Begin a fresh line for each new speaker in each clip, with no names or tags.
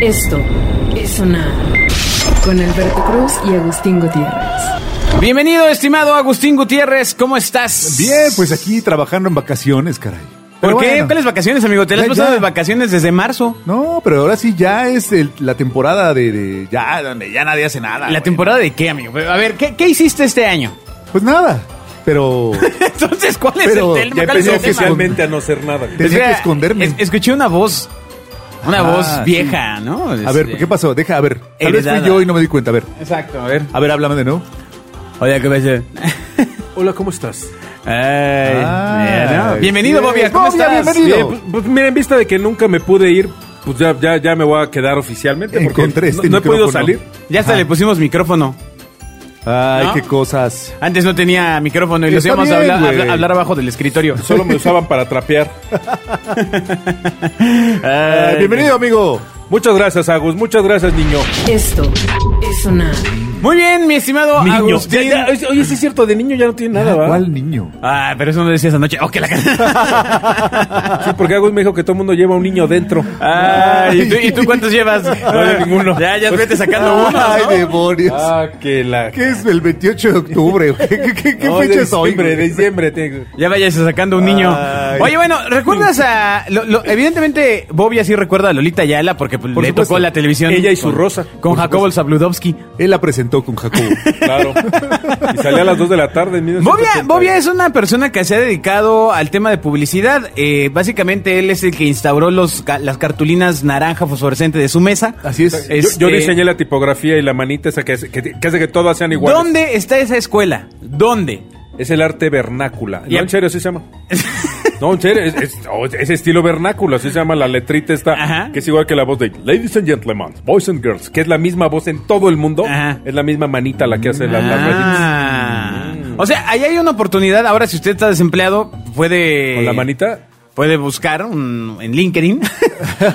Esto es sonar con Alberto Cruz y Agustín Gutiérrez.
Bienvenido, estimado Agustín Gutiérrez, ¿cómo estás?
Bien, pues aquí trabajando en vacaciones, caray.
¿Por
Pero
qué?
bueno.
¿Cuáles vacaciones, amigo? Te las has
Ya,
pasado
ya.
de vacaciones desde marzo.
No, pero ahora sí ya es el- la temporada de, de- ya donde ya nadie hace
¿La
nada. güey.
temporada de qué, amigo? A ver, ¿qué, qué hiciste este año?
Pues nada. Pero
Entonces, ¿cuál
Pero
es el tema?
ya
¿Cuál es
empezó
el tema?
oficialmente.
realmente a no ser nada.
tenía
Es
que esconderme.
es- escuché una voz, una
Ah,
voz vieja, ¿no?
a ver, ¿qué pasó? Deja, a ver. Tal vez fui
este, Heredada.
yo y no me di cuenta. A ver,
Exacto, a ver.
a ver, háblame de nuevo.
Oye, ¿qué pasa?
Hola, ¿cómo estás?
Ay,
Ah,
ya, ¿no?
sí.
Bienvenido, Bobia, ¿cómo
Bobia,
estás?
bienvenido.
Bien, pues, pues, mira, en vista de que nunca me pude ir, pues ya, ya, ya me voy a quedar oficialmente. Porque
Encontré
no,
este
no he
micrófono.
podido salir.
Ya hasta
Ajá.
le pusimos micrófono.
Ay,
¿No?
qué cosas.
Antes no tenía micrófono y los
Está
íbamos a,
bien,
hablar,
güey.
habla- hablar abajo del escritorio.
Solo me usaban para trapear.
Ah,
Ay,
bienvenido, amigo.
Muchas gracias, Agus. Muchas gracias, niño.
Esto es sonar
Muy bien, mi estimado
Ya,
Agustín.
ya, oye, oye, sí es cierto, de niño ya no tiene nada, ¿va?
¿Cuál niño?
Ah, pero eso no decías anoche. Oh, que la
Sí, porque Agus me dijo que todo el mundo lleva un niño dentro.
Ah.
Ay, ¿y tú, y tú cuántos llevas? No,
yo ninguno.
Ya, ya vete sacando uno. Ah, ¿no?
Ay, demonios.
Ah, que la...
¿Qué es el 28 de octubre? güey? ¿Qué, qué- qué
No, de
fecha es hoy?
diciembre, de
güey?
diciembre. te-
Ya vayas sacando un niño.
Ay.
Oye, bueno, ¿recuerdas a.? lo- lo- evidentemente, Bobby así recuerda a Lolita Ayala porque pues,
Por
le
supuesto.
tocó la televisión.
Ella y su
con-
rosa.
Con
Por
Jacobo Zabludovsky.
Él la presentó con Jacobo.
Uh, Claro. Y salía a las 2 de la tarde. en 1970.
Bobia, Bobia es una persona que se ha dedicado al tema de publicidad. Eh, básicamente, él es el que instauró los, ca- las cartulinas naranja fosforescente de su mesa.
Así es.
Eh,
Yo- Yo,
este-
diseñé la tipografía y la manita esa que hace que, que hace que todas sean iguales.
¿Dónde está esa escuela? ¿Dónde?
Es el arte vernácula.
Y-
No, en serio, así se llama. No, en serio, es, es- oh, es estilo vernáculo, así se llama la letrita esta,
Ajá.
que es igual que la voz de Ladies and Gentlemen, Boys and Girls, que es la misma voz en todo el mundo,
Ajá.
es la misma manita la que hace la- las rayitas.
Ah. O sea, ahí hay una oportunidad. Ahora, si usted está desempleado, puede.
Con la manita,
Puede buscar un- en LinkedIn.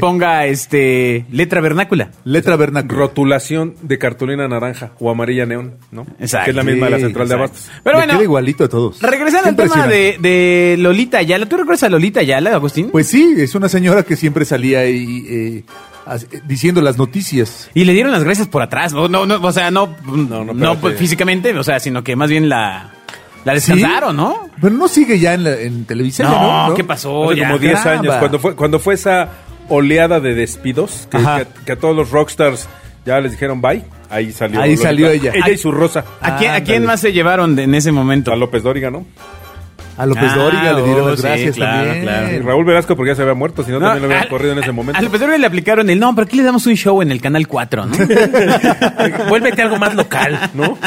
Ponga este letra vernácula.
Letra vernácula.
rotulación de cartulina naranja o amarilla neón, ¿no?
Exacto.
Que es la misma de la
Sí,
central de
exacto.
abastos.
Pero
Le
bueno,
queda igualito a todos.
regresando al tema
Impresionante.
de, de Lolita Ayala. ¿Tú recuerdas a Lolita Ayala, Agustín?
Pues sí, es una señora que siempre salía ahí eh, as- eh, diciendo las noticias.
y le dieron las gracias por atrás. No, no, no, o sea, no, no,
No, no, espérate.
pues, físicamente, o sea, sino que más bien la, la
¿Sí?
descansaron, ¿no?
Pero no sigue ya en, la- en televisión.
No,
No,
¿qué pasó?
Hace
Ya,
como 10
caramba.
años, cuando fue, cuando fue esa oleada de despidos, que,
Ajá.
que- que a todos los rockstars ya les dijeron bye, ahí salió.
Ahí
Lolita.
salió ella.
Ella
Ay.
y su rosa.
¿A quién, ¿A
Ándale.
quién más se llevaron de- en ese momento?
A López Dóriga, ¿no?
A López
Ah,
Dóriga le dieron
oh,
las
sí,
gracias
claro,
también.
claro.
Y Raúl Velasco porque ya se había muerto, si no, también lo hubieran
Eh. al-
corrido en ese
A
momento.
López Dóriga le aplicaron el no, ¿para qué le damos un show en el canal 4? ¿no? Vuélvete algo más local,
¿No?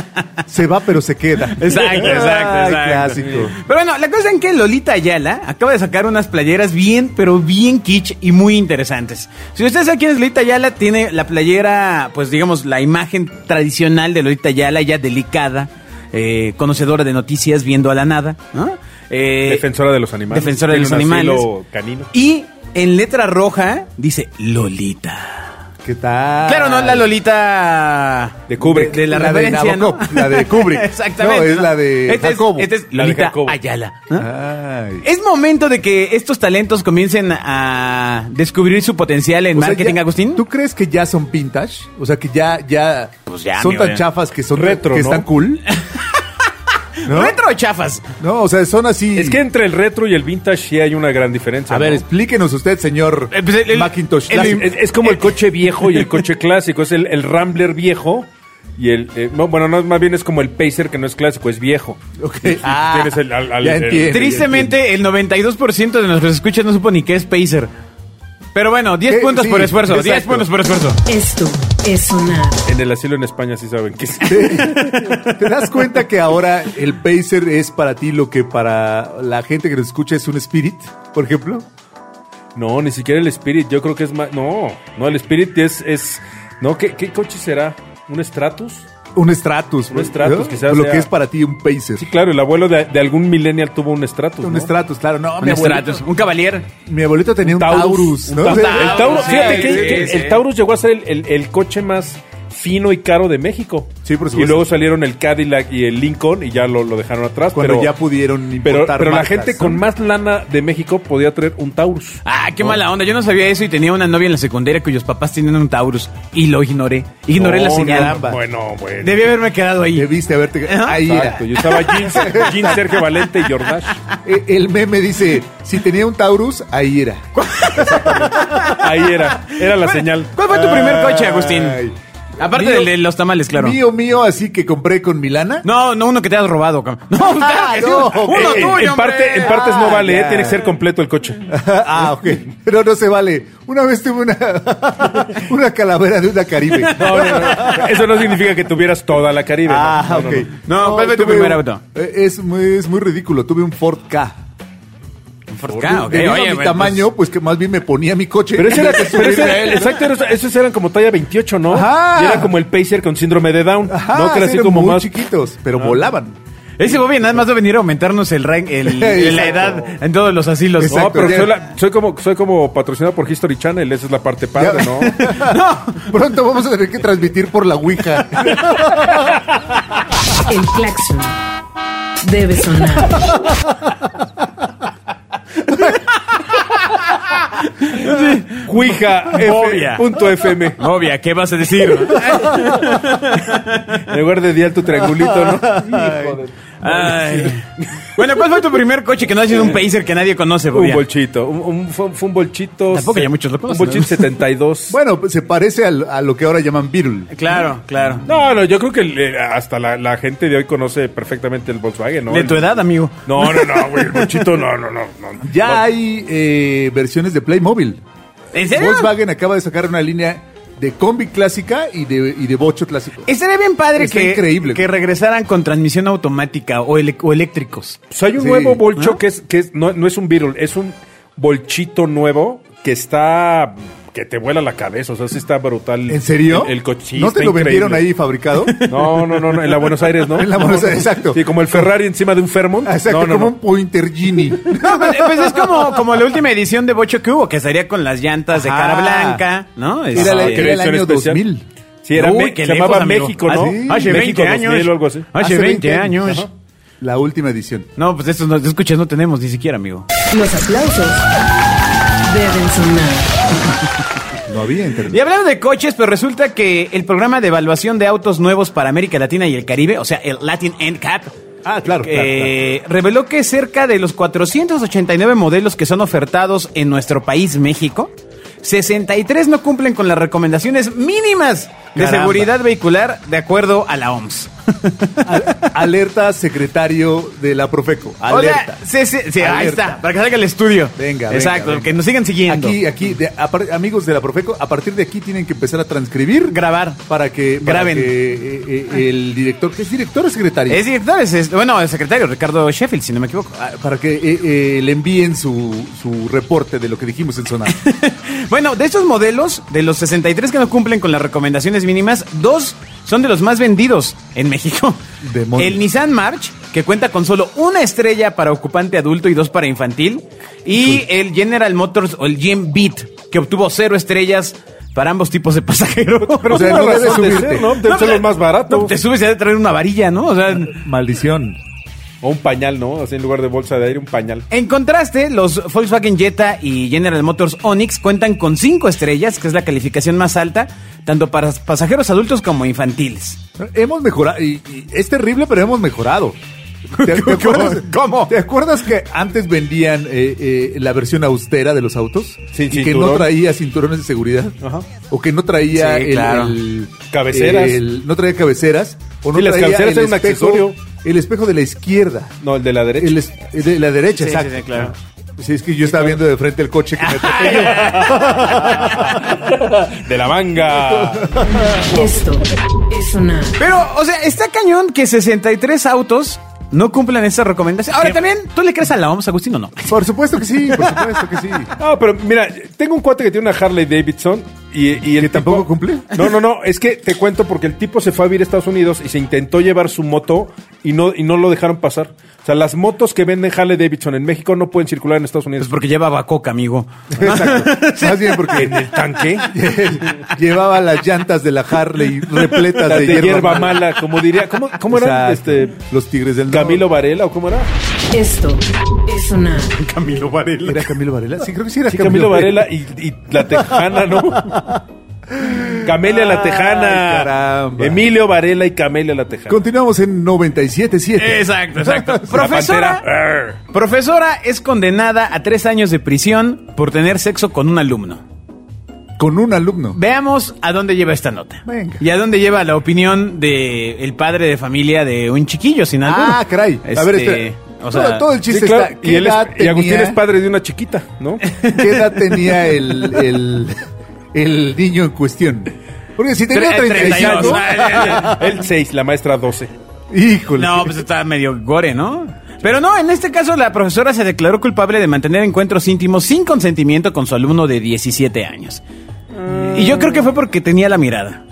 Se va, pero se queda.
Exacto, exacto,
Ay,
exacto.
clásico.
Pero bueno, la cosa es que Lolita Ayala acaba de sacar unas playeras bien, pero bien kitsch y muy interesantes. Si ustedes saben quién es Lolita Ayala, tiene la playera, pues digamos, la imagen tradicional de Lolita Ayala, ya delicada, eh, conocedora de noticias, viendo a la nada, ¿no? Eh,
Defensora de los animales.
defensora de
Tiene
los
un
animales.
asilo canino.
Y en letra roja dice Lolita.
¿Qué tal?
Claro, no la Lolita
De Kubrick.
de, de la,
La de
reverencia,
Nabokov,
¿no?
la de Kubrick.
Exactamente.
No, es la de
Esta es-
Jacobo. Ah.
esta es
La de
Lolita
Jacobo.
Ayala. ¿no?
Ay.
Es momento de que estos talentos comiencen a descubrir su potencial en
O sea,
marketing,
ya-
Agustín.
¿Tú crees que ya son vintage? O sea, que ya, ya,
Pues ya,
son
amigo,
tan
ya.
chafas que son
Retro,
que
¿no?
están cool. ¿No?
Retro de chafas.
No, o sea, son así.
Es que entre el retro y el vintage sí hay una gran diferencia.
A ver,
¿no?
explíquenos usted, señor
Eh, pues, el- el-
Macintosh.
el-
Las-
el-
es, es como el coche viejo y el coche clásico. Es el, el Rambler viejo y el. eh, no, bueno, no, más bien es como el Pacer que no es clásico, es viejo.
Ok.
Y- y
Ah,
tienes el- al- al-
ya
el-
entiendo.
Tristemente, el 92% de nuestros escuchas no supo ni qué es Pacer. Pero bueno, 10
Eh,
puntos
sí,
por esfuerzo. 10
exacto.
puntos por esfuerzo.
Esto es sonar
En el asilo en España sí saben que es.
¿Te das cuenta que ahora el Pacer es para ti lo que para la gente que nos escucha es un Spirit, por ejemplo?
No, ni siquiera el Spirit. Yo creo que es más. No, no, el Spirit es. es no, ¿qué, ¿qué coche será? ¿Un Stratus?
Un Stratus.
Un Stratus, quizás
Lo
sea-
que es para ti un Pacer.
Sí, claro, el abuelo de, de algún millennial tuvo un Stratus.
un
¿no?
Stratus, claro. No,
Un
Ah, mi, abuelito,
Stratus, un Cavalier.
mi abuelito tenía un Taurus.
un
¿no?
Taurus.
O
Ah,
sea,
El Taurus,
Sí,
fíjate que
sí,
que
sí.
el Taurus llegó a ser el, el- el coche más fino y caro de México.
Sí, por
Y
supuesto.
luego salieron el Cadillac y el Lincoln y ya lo, lo dejaron atrás.
Cuando
pero,
ya pudieron
pero,
importar
pero la
marcas,
gente
¿no?
con más lana de México podía traer un Taurus.
Ah, qué mala onda. Yo no sabía eso y tenía una novia en la secundaria cuyos papás tenían un Taurus y lo ignoré. Ignoré
No,
la señal.
no, bueno, eh, bueno.
Debí haberme quedado ahí.
Debiste haberte...
Ajá.
Ahí era.
Exacto, yo estaba jeans, jeans Sergio Valente y Jordash.
Eh, El meme dice, si tenía un Taurus, ahí era.
Ahí era, era la
Bueno,
señal.
¿Cuál fue tu primer coche, Agustín?
Ay.
Aparte
Mío-
del de los tamales, claro.
Mío, mío, así que compré con Milana. Ah,
No, no uno que te has robado. cabrón. No, claro que sí,
no,
uno
ok.
tuyo,
Eh, en,
hombre.
parte, en partes no
Ah,
vale, eh,
ya.
tiene que ser completo el coche.
Ah, ok. Pero no se vale. Una vez tuve una, una calavera de una Caribe.
No, no, no. Eso no significa que tuvieras toda la Caribe. ¿no?
Ah,
No,
ok.
no, no.
No, ¿cuál fue tu
tuve
primer
un-
auto?
eh, Es muy, es muy ridículo. Tuve un Ford K.
Ford Ka, ok.
Debido a
Oye,
mi
bueno,
tamaño, pues, que más bien me ponía mi coche.
Pero ese era,
Tenía que
pero ese
subirme
era-
a él.
exacto, era- esos eran como talla 28, ¿no?
Ajá.
Y era como el Pacer con síndrome de Down,
Ajá,
¿no? Que era así
eran
como
muy
más
chiquitos, pero
Ah.
volaban.
pues, Ese Bobby nada más va a venir a aumentarnos el rank, el, la edad
Exacto.
en todos los asilos.
Exacto.
No, pero
Ya.
soy, la- soy como soy como patrocinado por History Channel, esa es la parte padre,
Ya.
¿no?
Pronto vamos a tener que transmitir por la Ouija.
El claxon debe sonar.
Ouija
Obvia.
F- punto FM.
Oh, Obvia, ¿qué vas a decir?
En lugar de dial tu triangulito, ¿no?
Ay. Bueno, ¿cuál fue tu primer coche que no ha sido un Pacer que nadie conoce,
Un
Bobby?
bolchito, un, un- fue, fue un bolchito.
Tampoco
se-
ya muchos lo conocen,
Un bolchito
¿no?
72.
bueno, pues, se parece al- a lo que ahora llaman Virul.
Claro, claro.
No, no, yo creo que eh, hasta la, la gente de hoy conoce perfectamente el Volkswagen, ¿no?
De tu edad, amigo.
No, no, no, güey, el bolchito no, no, no. no.
Ya
No.
hay eh, versiones de Playmobil.
¿En serio?
Volkswagen acaba de sacar una línea de combi clásica y de, y de bocho clásico.
Estaría bien padre
Está
que,
increíble.
que regresaran con transmisión automática o, ele- o eléctricos.
Pues hay un
Sí.
nuevo bolcho que es, que es- no, no es un Beetle, es un bolchito nuevo que está que te vuela la cabeza, o sea, sí está brutal.
¿En serio?
El, el coche, sí,
¿No
está
te lo vendieron
increíble.
ahí fabricado?
No, no, no, no, en la Buenos Aires, ¿no?
En la Buenos Aires, exacto.
Sí, como el Ferrari encima de un Fairmont.
Ah, Exacto,
no, no,
como
no.
un Pointer Gini.
No, pues, pues es como, como la última edición de Bocho que hubo, que estaría con las llantas de
Ajá.
cara blanca, ¿no? Es-
Era, la-
Ajá,
eh,
era el
edición
año
especial.
2000.
Sí, era
Uy,
Me-
qué
se
lejos,
llamaba
amigo.
México, ¿no?
Ah, sí.
Hace 20
México
años.
2000 o algo así.
Hace 20 años.
La última edición.
No, pues estos no, escuchas no tenemos ni siquiera, amigo.
Los aplausos deben sonar.
No había internet.
Y hablando de coches, pues resulta que el programa de evaluación de autos nuevos para América Latina y el Caribe, o sea, el Latin End Cap,
Ah, claro, claro,
eh, reveló que cerca de los 489 modelos que son ofertados en nuestro país, México, 63 no cumplen con las recomendaciones mínimas de
Caramba.
seguridad vehicular de acuerdo a la OMS.
A- Alerta secretario de la Profeco.
O sea,
Alerta.
se- se- se- ahí
Alerta.
está, para que salga el estudio.
Venga, venga,
Exacto,
venga.
que nos sigan siguiendo.
Aquí, aquí, de- a par- amigos de la Profeco, a partir de aquí tienen que empezar a transcribir.
Grabar.
Para que, para
Graben.
que, eh, eh, el director, que es director o secretario,
Es director, es, es- bueno, el secretario Ricardo Sheffield, si no me equivoco.
Ah, para que eh, eh, le envíen su, su reporte de lo que dijimos en Sonar.
Bueno, de estos modelos, de los 63 que no cumplen con las recomendaciones mínimas, dos son de los más vendidos en México.
Demonios.
El Nissan March, que cuenta con solo una estrella para ocupante adulto y dos para infantil. Y el General Motors o el GM Beat, que obtuvo cero estrellas para ambos tipos de pasajeros.
Pero
O sea,
tiene
no debes
razón de
subirte.
ser, ¿no? Deben ser los más baratos.
No, te subes y ha de traer una varilla, ¿no? O sea...
Maldición.
O un pañal, ¿no? Así en lugar de bolsa de aire, un pañal.
En contraste, los Volkswagen Jetta y General Motors Onix cuentan con 5 estrellas, que es la calificación más alta, tanto para pasajeros adultos como infantiles.
Hemos mejorado, y, y es terrible, pero hemos mejorado. ¿Te, te
¿Cómo?
acuerdas,
¿Cómo?
¿Te acuerdas que antes vendían eh, eh, la versión austera de los autos?
Sin
y que
cinturón.
no traía cinturones de seguridad.
Ajá.
O que no traía
Sí,
el-
claro.
el-
Cabeceras.
el- no traía cabeceras. O no
Sí, las
traía
cabeceras
el
eran un
espejo-
accesorio.
El espejo de la izquierda.
No, el de la derecha.
El es- de la derecha,
Sí,
exacto.
sí, sí, claro.
Sí, es que yo estaba viendo de frente el coche que me atropelló.
De la manga.
Esto es sonar.
Pero, o sea, está cañón que 63 autos no cumplan esas recomendaciones. Ahora también, ¿tú le crees a la OMS, Agustín, o no?
Por supuesto que sí, por supuesto que sí.
No, pero mira, tengo un cuate que tiene una Harley Davidson y, y el
¿Que tampoco
tipo-
cumple?
No, no, no, es que te cuento porque el tipo se fue a vivir a Estados Unidos y se intentó llevar su moto y no, y no lo dejaron pasar. O sea, las motos que venden Harley Davidson en México no pueden circular en Estados
Pues
Unidos.
porque llevaba coca, amigo.
Exacto. Más bien porque
¿En el tanque?
llevaba las llantas de la Harley repletas
Las
de, hierba, mala.
mala, como diría. ¿Cómo, cómo era
Exacto.
este,
Los Tigres del Norte.
Camilo Varela o cómo era?
Esto es sonar.
Camilo Varela.
¿Era Camilo Varela? Sí, creo que sí era
Sí, Camilo Varela y, y la Tejana, ¿no? Camelia la Tejana.
Ay, caramba.
Emilio Varela y Camelia la Tejana.
Continuamos en 97.7.
Exacto, exacto.
La
profesora,
Pantera. Arr.
profesora es condenada a tres años de prisión por tener sexo con un alumno.
Con un alumno.
Veamos a dónde lleva esta nota.
Venga.
Y a dónde lleva la opinión de el padre de familia de un chiquillo sin algo.
Ah, caray. A ver, espera.
O sea,
todo, todo el chiste
Sí, claro.
está. ¿Qué
Y, él es-
edad
y Agustín
tenía-
es padre de una chiquita, ¿no?
¿Qué edad tenía el, el, el niño en cuestión? Porque si tenía
Tre-
35...
32.
Él 6, la maestra 12.
Híjole.
No, pues está medio gore, ¿no? Pero no, en este caso la profesora se declaró culpable de mantener encuentros íntimos sin consentimiento con su alumno de 17 años. Y yo creo que fue porque tenía la mirada,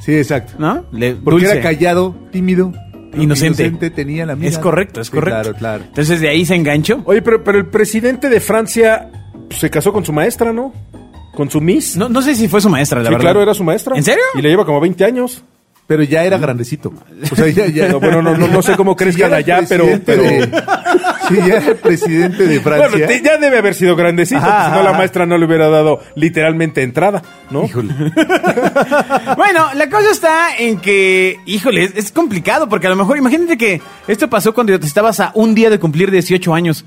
Sí, exacto.
¿no? Le-
Porque
dulce,
era callado, tímido,
inocente.
tenía la mirada.
Es correcto, es
Sí,
correcto.
Claro, claro.
Entonces de ahí se enganchó.
Oye, pero, pero el presidente de Francia pues, se casó con su maestra, ¿no? Con su Miss.
No, no sé si fue su maestra, la
sí,
verdad.
claro, era su maestra.
¿En serio?
Y le lleva como 20 años.
Pero ya era grandecito. O sea, ya, ya.
No, bueno, no, no, no sé cómo crezcan
era
allá,
el
pero.
presidente
pero-
de- sí, ya era el presidente de Francia.
Bueno, te- ya debe haber sido grandecito,
Ajá,
pues, si no
ajá.
la maestra no le hubiera dado literalmente entrada, ¿no?
Híjole.
Bueno, la cosa está en que, híjole, es, es complicado porque a lo mejor imagínate que esto pasó cuando te estabas a un día de cumplir 18 años.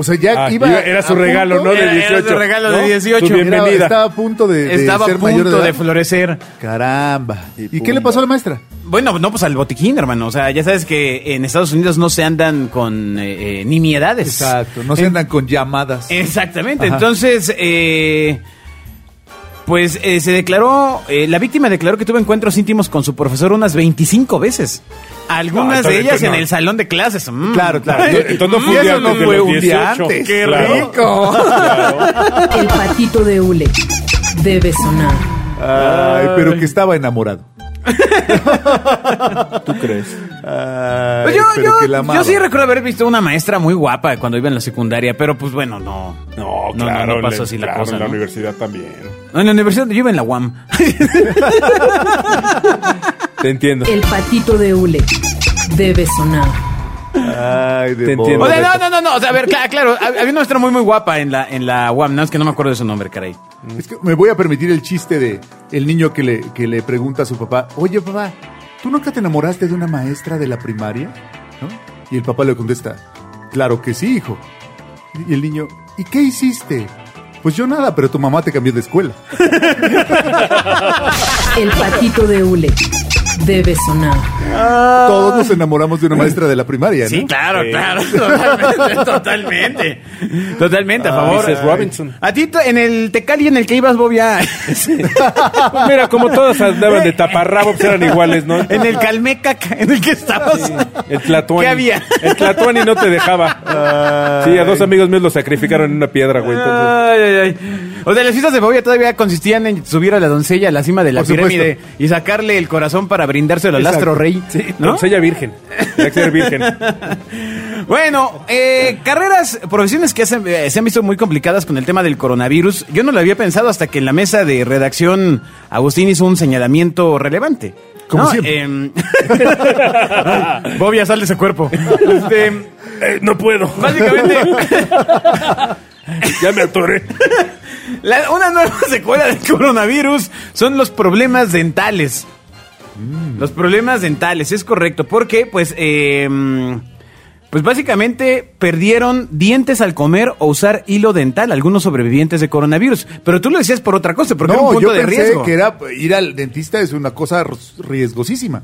O sea, ya
Ah,
iba.
era su
a
regalo,
punto-
¿no? De
Era- era su
18.
regalo
¿no?
de 18.
Su
Era-
bienvenida.
estaba a punto de, de
Estaba a
ser mayor
punto
edad.
de florecer.
Caramba.
Y
¿Y qué le
pumba.
pasó a la maestra?
Bueno, no, pues al botiquín, hermano. O sea, ya sabes que en Estados Unidos no se andan con eh, eh, nimiedades.
Exacto, no se andan con llamadas.
Exactamente.
Ajá.
Entonces, eh, pues eh, se declaró, eh, la víctima declaró que tuvo encuentros íntimos con su profesor unas 25 veces. Algunas
No,
de
entonces,
ellas en
no.
el salón de clases. Mm.
Claro, claro.
Entonces no
Mm,
fue un
eso
día
no
antes de
fue
los
un día
18.
antes. Qué
Claro.
rico.
El patito de hule debe sonar.
Ay, pero que estaba enamorado.
¿Tú crees?
Ay,
Pues yo,
pero
yo-
que la amaba.
yo sí recuerdo haber visto una maestra muy guapa cuando iba en la secundaria, pero pues bueno, no.
No,
No, no,
claro.
no pasó
le-
así la
claro,
cosa,
En la
¿no?
universidad también.
No, en la universidad yo iba en la UAM.
Te entiendo.
El patito de hule debe sonar.
Ay, de
Te
modo.
entiendo.
O sea, no, no, no, no. O sea, a ver, cla- claro, hab- había una maestra muy, muy guapa en la, en la UAM. No, es que no me acuerdo de su nombre, caray.
Es que me voy a permitir el chiste de el niño que le, que le pregunta a su papá, oye papá, ¿tú nunca te enamoraste de una maestra de la primaria? ¿No? Y el papá le contesta, claro que sí, hijo. Y el niño, ¿y qué hiciste? Pues yo nada, pero tu mamá te cambió de escuela.
El patito de hule debe sonar.
Todos nos enamoramos de una maestra de la primaria, ¿no?
Sí, claro,
Sí.
claro. Totalmente, totalmente. Totalmente, a favor.
Mrs. Ah, Robinson.
A ti t- en el Tecali en el que ibas, Bobia.
Mira, como todas andaban de taparrabo, pues eran iguales, ¿no?
En el Calmecac en el que estabas.
El Tlatuani.
¿Qué había?
El Tlatuani no te dejaba. Sí, a dos amigos míos los sacrificaron en una piedra, güey. entonces.
Ay, ay, ay. O sea, las fiestas de Bobia todavía consistían en subir a la doncella a la cima de la
Por supuesto.
pirámide y sacarle el corazón para brindárselo al
Exacto.
astro rey.
Sí,
¿no?
doncella virgen. Tenía que ser virgen.
Bueno, eh, carreras, profesiones que hacen- eh, se han visto muy complicadas con el tema del coronavirus. Yo no lo había pensado hasta que en la mesa de redacción Agustín hizo un señalamiento relevante.
Como
¿No?
siempre.
Em, Bobia, sal de ese cuerpo. Este,
Eh, no puedo.
básicamente,
Ya me atoré.
la- una nueva secuela del coronavirus son los problemas dentales.
Mm.
Los problemas dentales, es correcto, porque pues, em, pues básicamente perdieron dientes al comer o usar hilo dental algunos sobrevivientes de coronavirus. Pero tú lo decías por otra cosa, porque era un
No,
punto
yo
de
pensé
riesgo.
que era ir al dentista es una cosa ros- riesgosísima.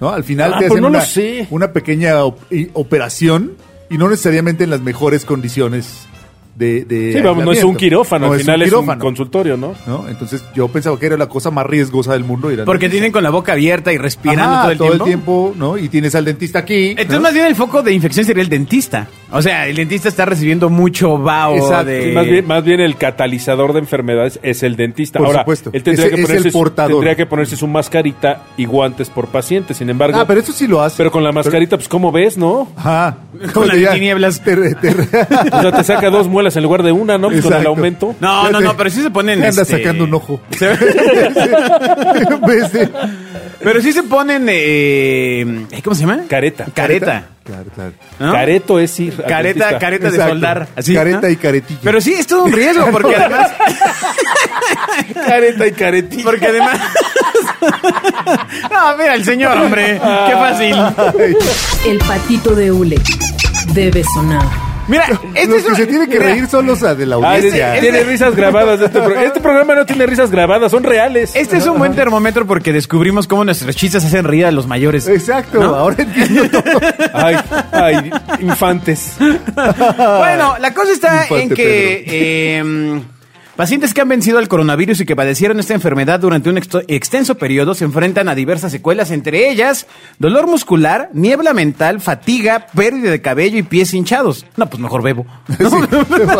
¿no? Al final
Ah,
te
pues
hacen
no lo
una,
sé.
una pequeña op- y- operación y no necesariamente en las mejores condiciones de, de
Sí, vamos, no es
aislamiento.
un quirófano,
No
al
es un
final es un
quirófano,
consultorio, ¿no?
¿no? Entonces yo pensaba que era la cosa más riesgosa del mundo ir al
Porque
dentista.
tienen con la boca abierta y respirando
Ajá,
todo el tiempo.
¿no? Y tienes al dentista aquí.
Entonces,
¿no?
más bien el foco de infección sería el dentista. O sea, el dentista está recibiendo mucho vaho
Exacto.
de...
Sí, más, bien, más bien el catalizador de enfermedades es el dentista.
Por
Ahora,
supuesto.
él tendría,
Ese es
que
el
ponerse su-
portador.
tendría que ponerse su mascarita y guantes por paciente. Sin embargo,
Ah, pero eso sí lo hace.
pero con la mascarita, pues, ¿cómo ves, no?
Ajá.
Con las
Ya,
tinieblas.
te- te-
O sea, te saca dos muelas en lugar de una, ¿no? Pues Con el
Exacto.
aumento.
No, no,
Fíjate,
no, pero sí se ponen...
Anda
este,
sacando un ojo.
se-
En vez de-
pero sí se ponen... eh, ¿Cómo se llama?
Careta.
Careta.
Claro, claro.
¿no?
Careto es ir. al
Careta,
dentista.
careta de
Exacto.
soldar. Así,
Careta
¿no?
y caretilla.
Pero sí, es todo un riesgo, porque además...
Careta y caretilla.
Porque además... Ah, mira, el señor, hombre. Qué fácil.
El patito de Ule debe sonar.
Mira, este
los
es
que
un-
se tienen que
mira,
reír son los ah, de la
Ah,
audiencia.
tiene- tiene risas grabadas. de Este, pro- este programa no tiene risas grabadas, son reales.
Este es un buen termómetro porque descubrimos cómo nuestros chistes hacen reír a los mayores.
Exacto, ahora entiendo todo.
Ay, ay, infantes.
Bueno, la cosa está
Infante
en que eh, pacientes que han vencido al coronavirus y que padecieron esta enfermedad durante un exto- extenso periodo se enfrentan a diversas secuelas, entre ellas dolor muscular, niebla mental, fatiga, pérdida de cabello y pies hinchados. No, pues mejor bebo. ¿no?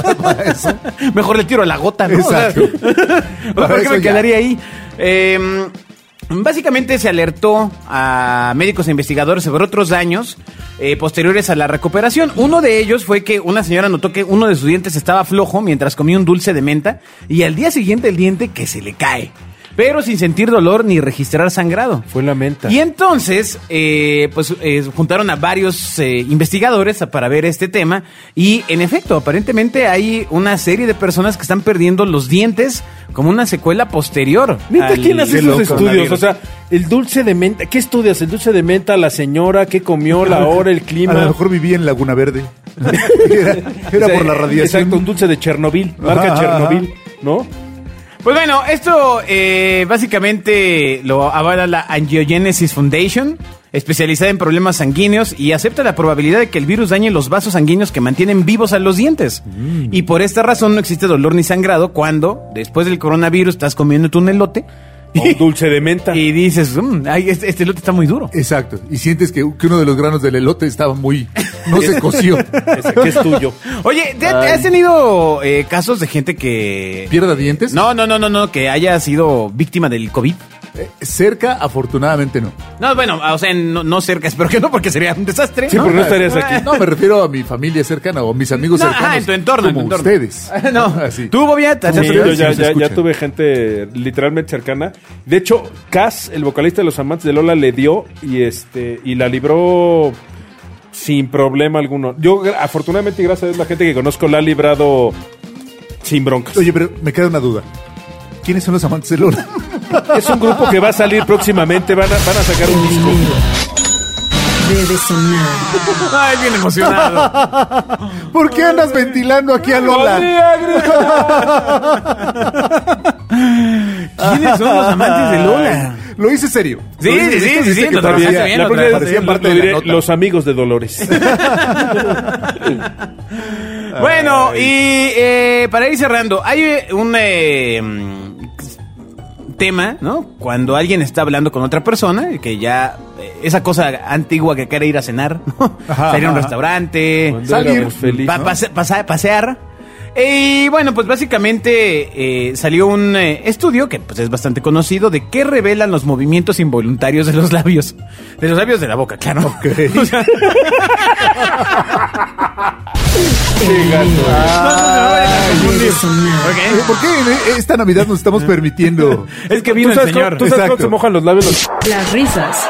Mejor le tiro a la gota, ¿no? O sea,
Exacto.
Pues,
Para
¿Por qué
eso
me
ya.
quedaría ahí? Eh, básicamente se alertó a médicos e investigadores sobre otros daños eh, posteriores a la recuperación. Uno de ellos fue que una señora notó que uno de sus dientes estaba flojo mientras comía un dulce de menta y al día siguiente el diente que se le cae. Pero sin sentir dolor ni registrar sangrado.
Fue la menta.
Y entonces, eh, pues eh, juntaron a varios eh, investigadores a- para ver este tema y en efecto, aparentemente hay una serie de personas que están perdiendo los dientes como una secuela posterior.
Neta,
al-
¿quién hace
Qué
esos
loco.
estudios? O sea, el dulce de menta. ¿Qué estudias? El dulce de menta, la señora, qué comió, la hora, el clima.
A lo mejor viví en Laguna Verde. Era, era
O sea,
por la radiación.
Exacto, un dulce de Chernobyl. Marca
Ajá,
Chernobyl, ¿no?
Pues bueno, esto eh, básicamente lo avala la Angiogenesis Foundation, especializada en problemas sanguíneos, y acepta la probabilidad de que el virus dañe los vasos sanguíneos que mantienen vivos a los dientes.
Mm.
Y por esta razón no existe dolor ni sangrado cuando, después del coronavirus, estás comiéndote un elote
O un dulce de menta.
y dices, "Mm, ay, este, este elote está muy duro.
Exacto. Y sientes que, que uno de los granos del elote estaba muy. No se coció.
Ese, que es tuyo.
Oye, ¿te, te has tenido eh, casos de gente que...
¿Pierda dientes?
No, no, no, no, no, que haya sido víctima del COVID?
Eh, cerca, afortunadamente no.
No, bueno, o sea, no, no cerca, espero que no, porque sería un desastre.
Sí,
¿no?
porque no estarías aquí.
No, me refiero a mi familia cercana o a mis amigos
No,
cercanos.
ajá, en tu entorno, en tu
como
entorno. Ah,
ustedes.
No,
Así.
tú, Bobia, te-
Sí,
te-
Sí,
se
yo
vean,
ya,
sí, se
ya- ya
escuchan.
tuve gente literalmente cercana. De hecho, Cass, el vocalista de los amantes de Lola, le dio y este y la libró sin problema alguno. Yo, gra- afortunadamente, y gracias a Dios, la gente que conozco la ha librado sin broncas.
Oye, pero me queda una duda. ¿Quiénes son los amantes del oro?
Es un grupo que va a salir próximamente, van a, van a sacar un disco.
Debe sonar.
Ay, bien emocionado.
¿Por qué andas ventilando aquí a Lola?
¿Quiénes son los amantes de Lola?
Lo hice serio.
Sí,
Lo hice-
sí,
esto
sí,
dice
sí,
que
lo
parecía-
trabajaste bien,
La
lo
próxima vez
parecía
lo-
parte
lo
de la
diré,
nota.
Los amigos de Dolores.
Bueno, y eh, para ir cerrando, hay eh, un eh, mm, tema, ¿no? Cuando alguien está hablando con otra persona, que ya eh, esa cosa antigua que quiere ir a cenar, ¿no?
Ajá,
Salir a un
ajá.
restaurante,
Cuando
Salir.
éramos felices,
Pa-
¿no?
pase- pasa- pasear. Y bueno, pues básicamente eh, salió un eh, estudio que pues es bastante conocido de qué revelan los movimientos involuntarios de los labios. De los labios de la boca, claro. O sea,
Debe sonar.
ok.
Eh, ¿Por qué en esta Navidad nos estamos permitiendo?
Es que
¿Tú
vino el
sabes, cómo,
señor.
tú sabes cómo
Exacto.
se mojan los labios? los-
Las risas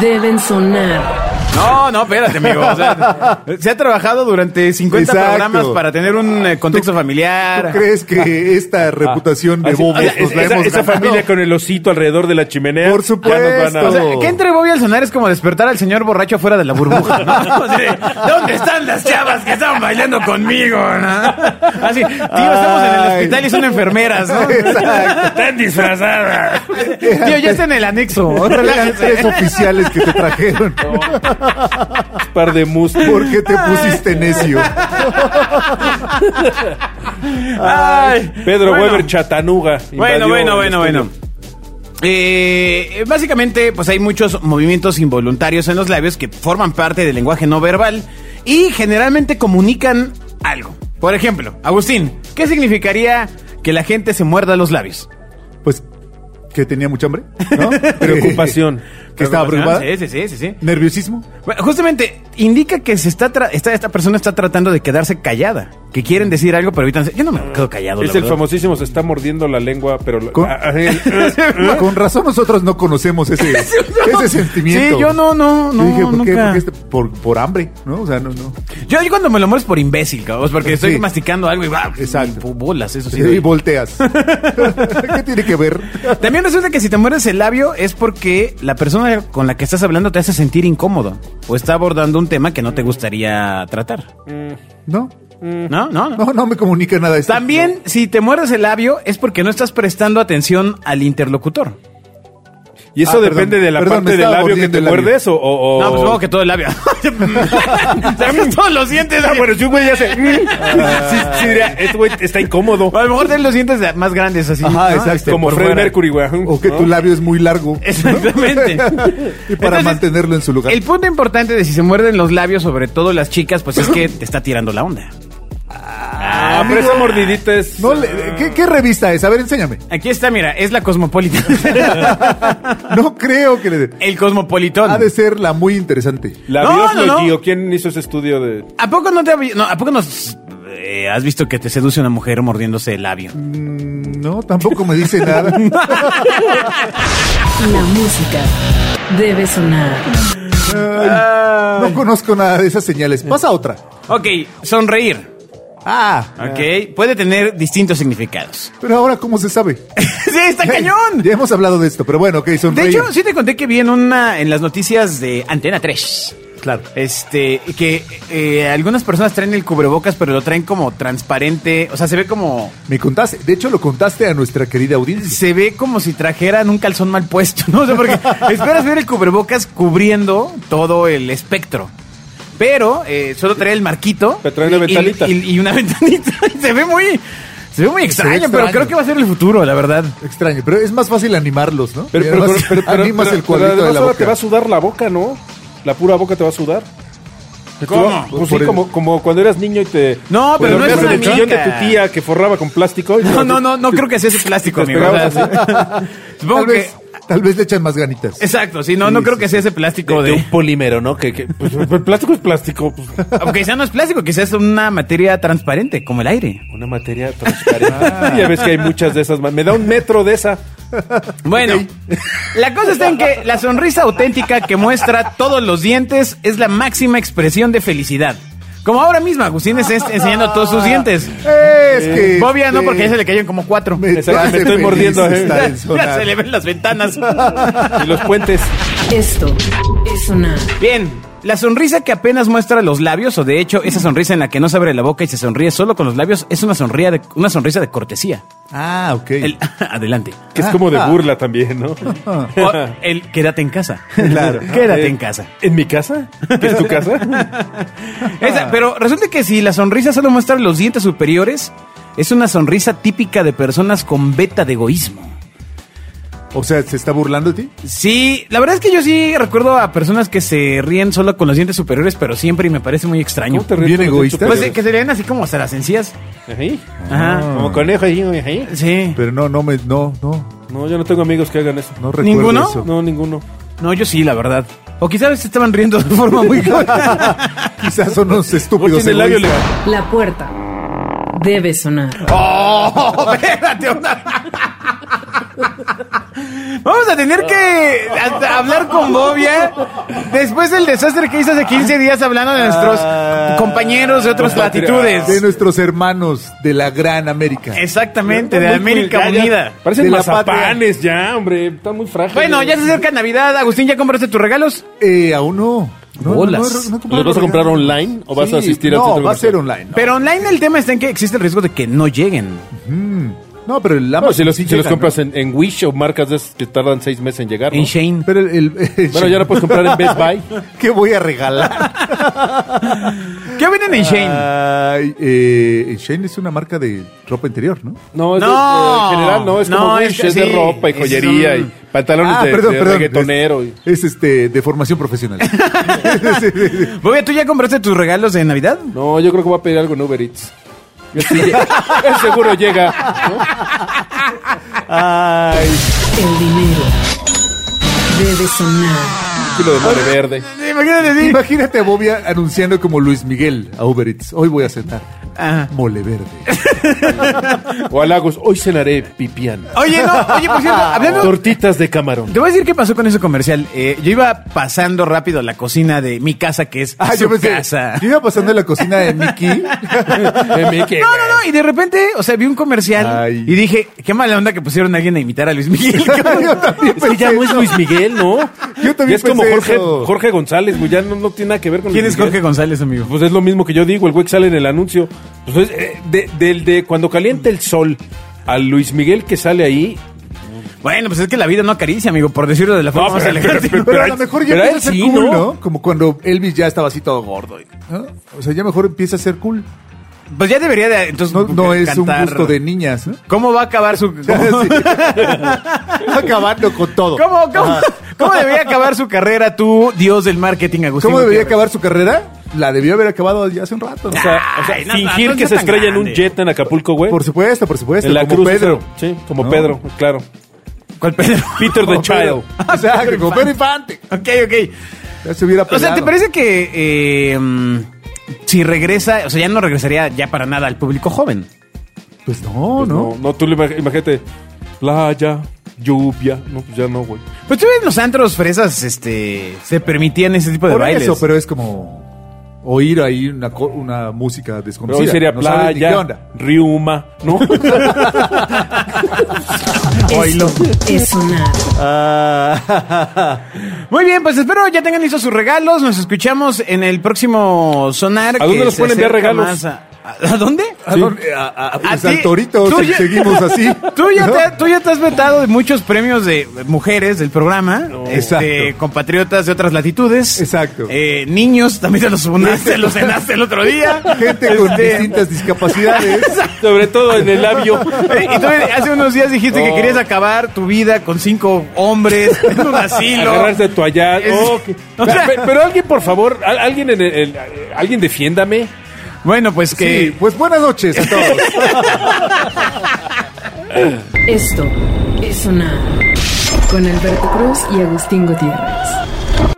deben sonar.
No, no, espérate, amigo. O sea, se ha trabajado durante 50
Exacto.
programas para tener un eh, contexto familiar.
¿Tú crees que esta reputación de
Así-
bobos
o sea,
nos
es-
la
esa,
hemos
esa
ganado?
familia con el osito alrededor de la chimenea.
Por
ya nos van a-
O sea,
supuesto.
que entre Bobby al sonar es como despertar al señor borracho afuera de la burbuja, ¿no? O sea, ¿Dónde están las chavas que estaban bailando conmigo? ¿no? Así, tío, estamos en el
Ay.
hospital y son enfermeras, ¿no?
Exacto.
Están disfrazadas. Tío, ya está en el anexo.
Eran
relájense.
tres oficiales que te trajeron.
par de mustos.
¿Por qué te pusiste necio?
Ay,
Pedro
bueno.
Weber Chatanuga.
Bueno,
invadió
bueno,
el
bueno,
estudio.
bueno. Eh, básicamente, pues hay muchos movimientos involuntarios en los labios que forman parte del lenguaje no verbal y generalmente comunican algo. Por ejemplo, Agustín, ¿qué significaría que la gente se muerda los labios?
Pues que tenía mucha hambre, ¿no?
Preocupación.
Que estaba preocupada.
Sí, sí, sí, sí, sí.
Nerviosismo.
Bueno, justamente indica que se está, tra- está- esta persona está tratando de quedarse callada, que quieren decir algo pero evitan. Yo no me quedo callado.
Es
la
el
verdad.
famosísimo se está mordiendo la lengua, pero... la-
Con-
Ah, ah,
Con razón nosotros no conocemos ese, ese sentimiento.
Sí, yo no, no,
Yo
no.
dije, ¿por qué?
nunca.
¿Por qué este- por, por hambre, ¿no? O sea, no, no.
Yo, yo cuando me lo muero es por imbécil, cabrón, porque estoy
Sí.
masticando algo y va,
Exacto.
y bolas, eso sí.
y volteas. ¿Qué tiene que ver?
También resulta que si te mueres el labio es porque la persona con la que estás hablando te hace sentir incómodo o está abordando un tema que no te gustaría tratar. ¿No?
No,
No, no.
no, no me comunica nada. esto.
También si te mueres el labio es porque no estás prestando atención al interlocutor.
y eso
Ah, perdón,
depende de la
perdón, me
parte del
estaba
labio que
mordiendo
te
el labio.
muerdes o... o- o-
Oh.
No, pues supongo que todo el labio. Sacas todos los dientes.
Ah, bueno, si un güey ya se...
Ah.
sí, sí, diría, este güey está incómodo.
O a lo mejor tienes los dientes más grandes así.
Ajá,
¿no?
exacto.
Como
Ah, este, por
Fred
fuera.
Mercury, güey.
O que
¿no?
tu labio es muy largo.
Exactamente.
y para
Entonces,
mantenerlo en su lugar.
El punto importante de si se muerden los labios, sobre todo las chicas, pues es que te está tirando la onda.
Ah, pero esa mordidita es...
No le- ¿qué, qué revista es? A ver, enséñame.
Aquí está, mira, es la Cosmopolitan.
No creo que le dé.
El Cosmopolitón.
Ha de ser la muy interesante.
La
No,
Bios
no,
lo
no.
guió. ¿Quién hizo ese estudio de...?
¿A poco no te ha vi- no, ¿A poco nos eh, has visto que te seduce una mujer mordiéndose el labio?
Mm, No, tampoco me dice nada.
La música debe sonar.
Ay, no conozco nada de esas señales. Pasa otra.
Ok, sonreír.
Ah,
Ok, puede tener distintos significados.
pero ahora ¿cómo se sabe?
¡Sí, está cañón!
Ya hemos hablado de esto, pero bueno, ok,
De
sonreír.
hecho, sí te conté que vi en una en las noticias de Antena 3. Claro. Este, que eh, algunas personas traen el cubrebocas, pero lo traen como transparente. O sea, se ve como.
Me contaste, de hecho lo contaste a nuestra querida audiencia.
Se ve como si trajeran un calzón mal puesto, ¿no? O sea, porque esperas ver el cubrebocas cubriendo todo el espectro. Pero eh, solo trae el marquito.
Pero trae una
y- y-
ventanita.
Y, y una ventanita. se ve muy. Se ve muy extraño, pero
extraño.
creo que va a ser el futuro, la verdad.
Extraño, pero es más fácil animarlos, ¿no?
Pero,
Y
pero,
además,
pero, pero, pero-
animas
pero-
el cuadrito
pero
de la
además ahora
boca.
te va a sudar la boca, ¿no? La pura boca te va a sudar.
¿Cómo?
Pues
Por
sí,
el-
como, como cuando eras niño y te...
No,
pues,
pero no
dormías
es
en el
una
sillón de
mica.
tu tía que forraba con plástico. y pues,
No,
te-
no, no, no creo que sea ese plástico,
Te
amigo. O sea,
pegabas
sí. Supongo
Tal
que.
vez, tal vez le echan más ganitas.
Exacto, sí, no, no
Sí,
creo
sí,
que sea ese plástico de.
de un polímero, ¿no? Que, que- pues, el plástico es plástico. pues,
Aunque quizá no es plástico, quizás es una materia transparente, como el aire.
una materia transparente.
Ah.
Ya ves que hay muchas de esas. man. Me da un metro de esa.
Bueno, la cosa está en que la sonrisa auténtica que muestra todos los dientes es la máxima expresión de felicidad. Como ahora mismo, Agustín es es- enseñando todos sus dientes.
Es que...
Bobia no, porque ya se
le
le cayeron como cuatro.
Me,
Exacto,
hace
me estoy
feliz
mordiendo, ¿eh?
estar en
Ya
sonar.
se le ven las ventanas.
Y los puentes.
Esto es sonar.
Bien, la sonrisa que apenas muestra los labios, o de hecho, esa sonrisa en la que no se abre la boca y se sonríe solo con los labios, es una, sonría de, una sonrisa de cortesía.
Ah, ok.
El- adelante.
Que es como de burla también, ¿no?
O el quédate en casa.
Claro.
Quédate
Eh,
en casa.
¿En mi casa? ¿Que ¿Es tu casa?
Esa- pero resulta que si la sonrisa solo muestra los dientes superiores, es una sonrisa típica de personas con beta de egoísmo.
O sea, ¿se está burlando de ti?
Sí, la verdad es que yo sí recuerdo a personas que se ríen solo con los dientes superiores, pero siempre y me parece muy extraño.
¿Cómo te ríes
Bien
con los
egoísta.
dientes
Pues Ah.
superiores?
eh, que se ríen así como hasta las encías.
Ahí.
Ajá.
Como conejo ahí, ahí.
Sí.
Pero no, no, me, no, no,
No, yo no tengo amigos que hagan eso.
no recuerdo
¿Ninguno?
eso.
No, ninguno.
No, yo sí, la verdad. O quizás se estaban riendo de forma muy clara.
Quizás son unos
Porque
estúpidos.
en el labio
egoístas.
le-
La puerta debe sonar.
¡Oh! Espérate, una- Vamos a tener que a- a hablar con Bobia después del desastre que hizo hace 15 días hablando de nuestros
Ah,
compañeros de otras
De
latitudes.
nuestros hermanos de la gran América.
Exactamente, de América
Ya, ya.
Unida.
Parecen
De la
mazapanes ya, hombre. Están muy frágiles.
Bueno, ya se acerca Navidad. Agustín, ¿ya compraste tus regalos?
Eh, aún no. No,
Bolas.
he comprado
¿Los vas a comprar
regalos.
online o vas
Sí,
a asistir al
No,
centro
va a ser
comercial?
online. ¿no?
Pero online el tema está en que existe el riesgo de que no lleguen.
No, pero el Amazon
No, si los,
sí
si los
llega,
compras
¿no?
en, en Wish o marcas de esas que tardan seis meses en llegar. ¿no?
En Shane.
Pero el, el-
Bueno, ya lo puedes comprar en Best Buy.
¿Qué voy a regalar?
¿Qué venden
Ah.
en Shane?
Ay, eh, Shane es una marca de ropa interior, ¿no?
No, es de-
No.
eh, en general no, es
No,
como
es
Wish,
que
es de
sí,
ropa y
es
joyería
un- Ah,
y pantalones de, de reggaetonero. y-
Ah, Es, es, este de formación profesional. Sí, sí, sí.
Bobia, ¿tú ya compraste tus regalos de Navidad?
No, yo creo que voy a pedir algo en Uber Eats. Sí, él seguro llega.
El dinero debe sonar.
Un kilo de mole
Ah.
verde.
Imagínate, sí.
Imagínate a Bobia anunciando como Luis Miguel a Uber Eats. Hoy voy a cenar
Ah.
Ajá.
mole verde.
O a Lagos, hoy cenaré pipián.
Oye, no, oye, por cierto, hablando,
Tortitas de camarón.
Te voy a decir qué pasó con ese comercial. Eh, yo iba pasando rápido la cocina de mi casa, que es
Ah,
su
yo pensé,
casa.
yo iba pasando en la cocina de Mickey.
Eh, Mickey,
No,
güey.
no, no. Y de repente, o sea, vi un comercial
Ay.
y dije, qué mala onda que pusieron a alguien a imitar a Luis Miguel.
yo también
Es que
pensé
ya no es
eso.
Luis Miguel, ¿no?
Yo también
Ya es como
pensé
Jorge,
eso.
Jorge González, güey. Ya no, no tiene nada que ver con
¿Quién
Luis
es Jorge
Miguel.
González, amigo?
Pues es lo mismo que yo digo, el güey que sale en el anuncio. Pues es, eh, de, del de cuando calienta el sol al Luis Miguel que sale ahí.
Bueno, pues es que la vida no acaricia, amigo, por decirlo de la forma más
pero-
elegante.
pero-
Pero a
Pero
lo
él-
mejor ya
pero
empieza a
él
ser
sí,
cool, ¿no?
¿no?
Como cuando Elvis ya estaba así todo gordo. y- ¿no? O sea, ya mejor empieza a ser cool.
Pues ya debería de, entonces,
No, no es
cantar.
un gusto de niñas, ¿no?
¿Cómo va a acabar su... cómo-
Sí. Acabando con todo. Pues
¿Cómo, cómo, cómo debería acabar su carrera tú, dios del marketing, Agustín?
¿Cómo debería
Gutiérrez?
acabar su carrera? La debió haber acabado ya hace un rato. ¿no?
O sea, o sea,
Ay, no,
fingir
no, no
que
es
se
tan
estrella en un
grande.
jet en Acapulco, güey.
por supuesto, por supuesto.
en la
como
cruz.
Pedro.
o sea, Sí, como
No.
Pedro, claro.
¿Cuál Pedro?
Peter the
Como Pedro.
Child.
O sea, que como Pedro Infante.
Ok, ok.
Ya se hubiera
O sea, ¿te
pelado.
parece que eh, mm, si regresa, o sea, ya no regresaría ya para nada al público joven?
Pues no,
Pues
no.
No, no, tú le imag- imagínate, playa, lluvia. No, pues ya no, güey.
Pues tú ves los antros fresas, este, se permitían ese tipo de
Por
bailes.
eso, pero es como oír ahí una, co- una música
Pero
desconocida.
hoy sería
No sabes ni
playa,
¿Qué onda?
riuma, ¿no?
Esto es sonar.
Muy bien, pues espero ya tengan listos sus regalos. Nos escuchamos en el próximo sonar.
¿A dónde
que
nos
se
pueden enviar
acerca
regalos?
más a- ¿A eh, a dónde?
¿A dónde? A- a- a- pues,
ti-
al torito,
tú
si
ya-
seguimos así.
Tú ya,
¿no?
te, tú ya te has vetado de muchos premios de mujeres del programa, este,
Exacto.
compatriotas de otras latitudes.
Exacto.
Eh, niños, también te los funaste, los cenaste el otro día.
Gente con
Este,
distintas discapacidades.
Sobre todo en el labio.
eh, Y tú hace unos días dijiste que
No.
querías acabar tu vida con cinco hombres en un asilo.
Agarrarse toalla.
Es-
oh, que-
O sea-
Pe- pero alguien, por favor, al- alguien en el- el- alguien defiéndame.
Bueno, pues que...
Sí, pues buenas noches
Este,
a todos.
Esto es sonar. Con Alberto Cruz y Agustín Gutiérrez.